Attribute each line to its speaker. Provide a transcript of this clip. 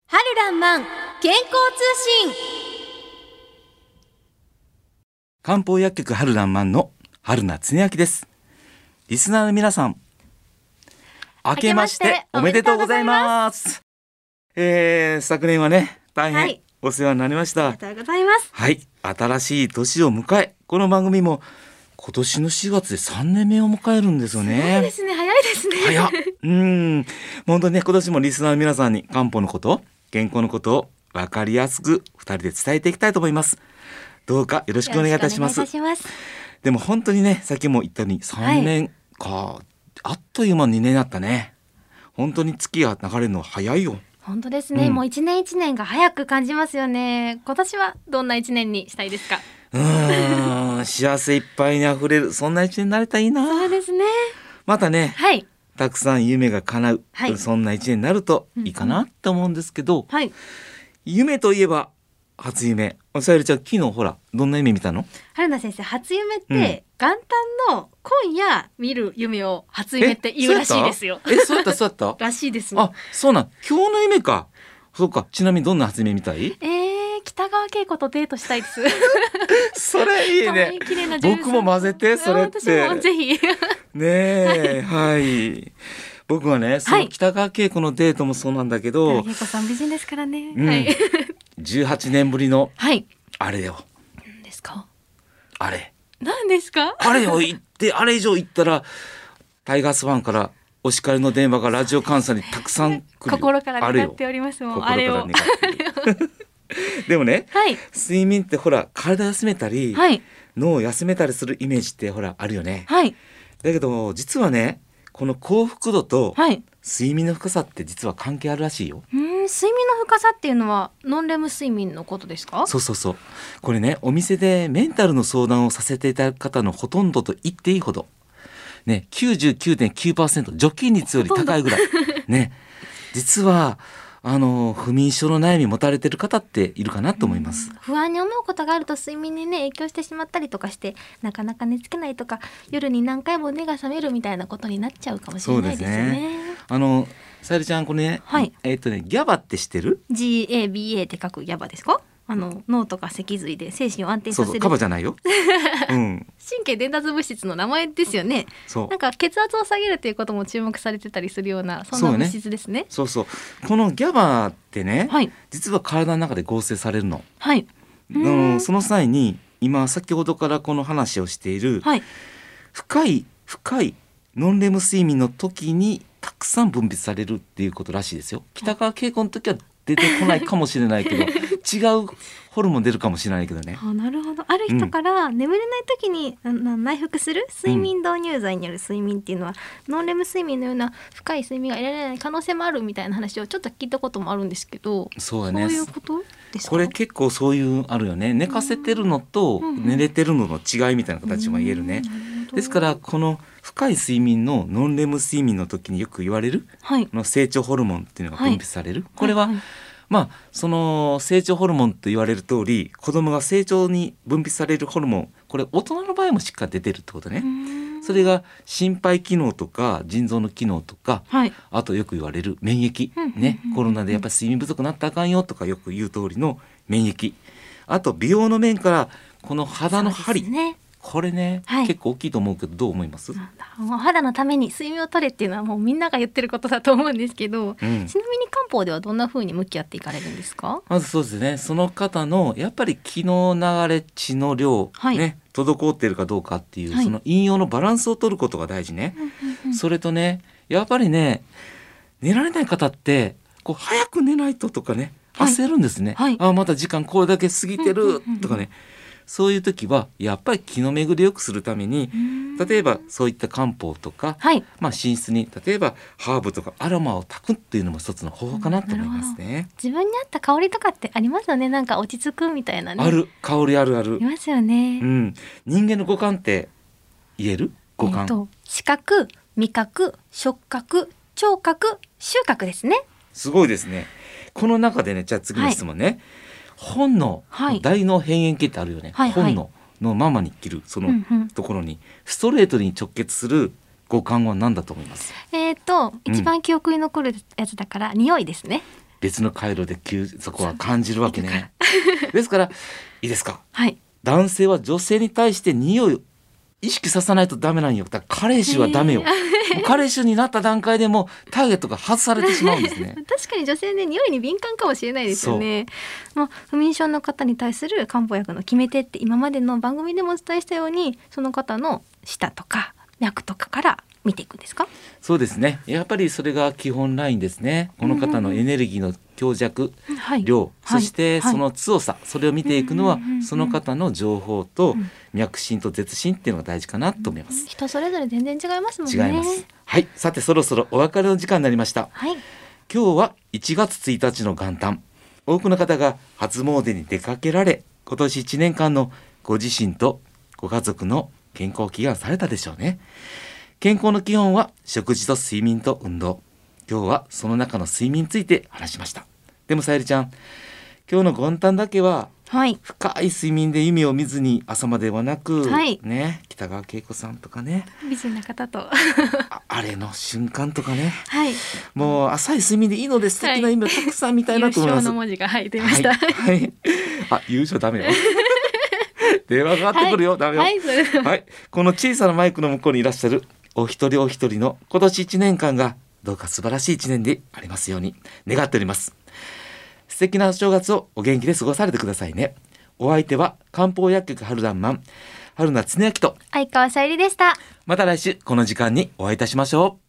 Speaker 1: るらんまん健康通信
Speaker 2: 漢方薬局春らんまんの春名恒明です。リスナーの皆さん、明けましておめでとうございます。えー、昨年はね、大
Speaker 1: は
Speaker 2: 変
Speaker 1: い
Speaker 2: お世話になりました。
Speaker 1: ありがとうございます
Speaker 2: はい、新しい年を迎え、この番組も今年の4月で3年目を迎えるんですよ
Speaker 1: 早いで
Speaker 2: ね。
Speaker 1: すね早いですね
Speaker 2: 早っ。うん、本当にね、今年もリスナーの皆さんに漢方のこと、健康のことを分かりやすく2人で伝えていきたいと思います。どうかよろしくお願いいたします
Speaker 1: よろ。しくお願いいたします
Speaker 2: でも本当にね、さっきも言ったように3年か、あっという間に2年だったね。本当に月が流れるのは早いよ。
Speaker 1: 本当ですね、
Speaker 2: うん
Speaker 1: もう一年一年が早く感じますよね今年はどんな一年にしたいですか
Speaker 2: うーん、幸せいっぱいに溢れる、そんな一年になれたらいいな。
Speaker 1: そうですね
Speaker 2: またね、
Speaker 1: はい
Speaker 2: たくさん夢が叶う、
Speaker 1: はい
Speaker 2: そんな一年になるといいかなって思うんですけど、
Speaker 1: はい
Speaker 2: 夢といえば、初夢。さゆりちゃん、昨日ほら、どんな夢見たの
Speaker 1: 春菜先生初夢って、
Speaker 2: うん
Speaker 1: 元旦の今夜見る夢を初夢って言うらしいですよ
Speaker 2: え、そうやったえそうやった
Speaker 1: らしいですね
Speaker 2: あ、そうなん。今日の夢か。そうか。ちなみにどんな初夢みた い
Speaker 1: えー、北川景子とデートしたいです。
Speaker 2: それいい
Speaker 1: 可
Speaker 2: ね
Speaker 1: 愛。 綺麗な女優さん
Speaker 2: 僕も混ぜてそれって
Speaker 1: 私もぜひ。
Speaker 2: ねえはい僕はねその北川景子のデートもそうなんだけど、
Speaker 1: 景子さん美人ですからね。
Speaker 2: うん
Speaker 1: はい。
Speaker 2: 18年ぶりの
Speaker 1: はい。
Speaker 2: あれよ
Speaker 1: 何ですか。
Speaker 2: あれ
Speaker 1: 何ですか。
Speaker 2: あれを言って あれ以上言ったらタイガースファンからお叱りの電話がラジオ関西にたくさん来るよ
Speaker 1: 心から
Speaker 2: あれ
Speaker 1: 願っ
Speaker 2: よ
Speaker 1: ておりますも
Speaker 2: 心
Speaker 1: ん。
Speaker 2: か
Speaker 1: あれ
Speaker 2: ら
Speaker 1: を
Speaker 2: 願。ってるでもね
Speaker 1: はい。
Speaker 2: 睡眠ってほら体休めたり、
Speaker 1: はい。
Speaker 2: 脳を休めたりするイメージってほらあるよね
Speaker 1: はい。
Speaker 2: だけど実はねこの幸福度と
Speaker 1: はい。
Speaker 2: 睡眠の深さって実は関係あるらしいよ
Speaker 1: うーん、睡眠の深さっていうのは、ノンレム睡眠のことですか。
Speaker 2: そうそうそうこれねお店でメンタルの相談をさせていただく方のほとんどと言っていいほどね99.9%除菌率より高いぐらいね実はあの不眠症の悩み持たれてる方っているかなと思います。
Speaker 1: 不安に思うことがあると睡眠にね影響してしまったりとかしてなかなか寝つけないとか夜に何回も目が覚めるみたいなことになっちゃうかもしれないですよ
Speaker 2: そうです
Speaker 1: ね。
Speaker 2: あのさゆりちゃんこれね、
Speaker 1: はい
Speaker 2: えっとねギャバって知ってる
Speaker 1: GABA って書くヤバですかあの脳とか脊髄で精神を安定さ
Speaker 2: そうそ
Speaker 1: せ
Speaker 2: う
Speaker 1: る
Speaker 2: カ
Speaker 1: 神
Speaker 2: バじゃ ないよ。うん
Speaker 1: 経伝達物質の名前ですよね
Speaker 2: そう
Speaker 1: なんか血圧を下げるということも注目されてたりするようなそん
Speaker 2: そう
Speaker 1: な
Speaker 2: ね
Speaker 1: 物質ですね
Speaker 2: そうそうこのギャバってね、
Speaker 1: はい
Speaker 2: 実は体の中で合成されるの。
Speaker 1: はい
Speaker 2: あ
Speaker 1: う
Speaker 2: の
Speaker 1: ん
Speaker 2: その際に今先ほどからこの話をしている
Speaker 1: はい
Speaker 2: 深い深いノンレム睡眠の時にたくさん分泌されるっていうことらしいですよ北川景子の時は出てこないかもしれない けど違うホルモン出るかもしれないけどね
Speaker 1: あなるほどある人から眠れない時になな内服する睡眠導入剤による睡眠っていうのは、ノンレム睡眠のような深い睡眠が得られない可能性もあるみたいな話をちょっと聞いたこともあるんですけど
Speaker 2: そ
Speaker 1: そ
Speaker 2: うだ
Speaker 1: う
Speaker 2: ね
Speaker 1: いうことですか
Speaker 2: これ結構そういうあるよね寝かせてるのと
Speaker 1: うんうん
Speaker 2: 寝れてるのの違いみたいな形も言えるね
Speaker 1: うんなるほど
Speaker 2: ですからこの深い睡眠のノンレム睡眠の時によく言われる
Speaker 1: はい
Speaker 2: この成長ホルモンっていうのが分泌される、これは、
Speaker 1: いい
Speaker 2: まあその成長ホルモンと言われる通り子供が成長に分泌されるホルモンこれ大人の場合もしっかり出てるってこと
Speaker 1: う
Speaker 2: ね、
Speaker 1: ん
Speaker 2: それが心肺機能とか腎臓の機能とか
Speaker 1: はい
Speaker 2: あとよく言われる免疫、
Speaker 1: うん
Speaker 2: ね
Speaker 1: うん
Speaker 2: コロナでやっぱり睡眠不足になったらあかんよとかよく言う通りの免疫あと美容の面からこの肌の
Speaker 1: そ
Speaker 2: 針、
Speaker 1: うですね
Speaker 2: これね、
Speaker 1: はい
Speaker 2: 結構大きいと思うけどどう思います、
Speaker 1: なんだお肌のために睡眠をとれっていうのはもうみんなが言ってることだと思うんですけど、
Speaker 2: うん
Speaker 1: ちなみに漢方ではどんな風に向き合っていかれるんですか
Speaker 2: まずそうですねその方のやっぱり気の流れ血の量、
Speaker 1: はい
Speaker 2: ね滞っているかどうかっていう、
Speaker 1: はい
Speaker 2: その引用のバランスを取ることが大事ね、それとねやっぱりね寝られない方ってこう早く寝ないととかね
Speaker 1: はい
Speaker 2: 焦るんですね、
Speaker 1: はい
Speaker 2: あまた時間これだけ過ぎて
Speaker 1: うんうん
Speaker 2: る
Speaker 1: うんうん
Speaker 2: とかね、そういう時はやっぱり気の巡りを良くするために例えばそういった漢方とか、
Speaker 1: はい
Speaker 2: まあ、寝室に例えばハーブとかアロマを炊くっていうのも一つの方法かなと思いますね。
Speaker 1: 自分に合った香りとかってありますよねなんか落ち着くみたいなね
Speaker 2: ある香りあるある
Speaker 1: い。ますよね、
Speaker 2: うん、人間の五感って言える五
Speaker 1: えっ
Speaker 2: 感、
Speaker 1: と視覚味覚触覚聴覚収穫ですね
Speaker 2: すごいですねこの中でねじゃあ次の質問ね、本能、
Speaker 1: はい
Speaker 2: 大脳辺縁系ってあるよね、
Speaker 1: はいはい
Speaker 2: 本能のままに生きるその
Speaker 1: うんうん
Speaker 2: ところにストレートに直結する五感は何だと思います
Speaker 1: えっ、と
Speaker 2: うん
Speaker 1: 一番記憶に残るやつだから、匂いですね
Speaker 2: 別の回路で休息は感じるわけね。ですからいいですか
Speaker 1: はい
Speaker 2: 男性は女性に対して匂いを意識させないとダメなんよだから彼氏はダメよ、もう彼氏になった段階でもうターゲットが外されてしまうんですね
Speaker 1: 確かに女性ね匂いに敏感かもしれないですよねもう不眠症の方に対する漢方薬の決め手って今までの番組でもお伝えしたようにその方の舌とか脈とかから見ていくんですか
Speaker 2: そうですねやっぱりそれが基本ラインですねこの方のエネルギーの強弱、
Speaker 1: はい
Speaker 2: 量、
Speaker 1: はい
Speaker 2: そして
Speaker 1: はい
Speaker 2: その強さ、それを見ていくのは
Speaker 1: うんうんうんうん
Speaker 2: その方の情報と
Speaker 1: うん
Speaker 2: 脈診と舌診っていうのが大事かなと思います、
Speaker 1: 人それぞれ全然違いますもんね
Speaker 2: 違いますはいさてそろそろお別れの時間になりました
Speaker 1: はい
Speaker 2: 今日は1月1日の元旦多くの方が初詣に出かけられ今年1年間のご自身とご家族の健康を祈願されたでしょうね健康の基本は食事と睡眠と運動今日はその中の睡眠について話しましたでもさゆりちゃん今日の元旦だけは
Speaker 1: はい
Speaker 2: 深い睡眠で夢を見ずに朝まではなく、
Speaker 1: はい
Speaker 2: ね北川景子さんとかね
Speaker 1: 美人な方と
Speaker 2: ああれの瞬間とかね
Speaker 1: はい
Speaker 2: もう浅い睡眠でいいので素敵な夢をたくさん見たいなと思います。
Speaker 1: 字が入って
Speaker 2: はい、はいあ、優 勝ダメよ。電話がかかってくるよ、ダメよ。
Speaker 1: はい、それでは
Speaker 2: はい、この小さなマイクの向こうにいらっしゃるお一人お一人の今年一年間がどうか素晴らしい一年でありますように願っております素敵なお正月をお元気で過ごされてくださいねお相手は漢方薬局春団マン春名恒明と
Speaker 1: 相川さゆりでした
Speaker 2: また来週この時間にお会いいたしましょう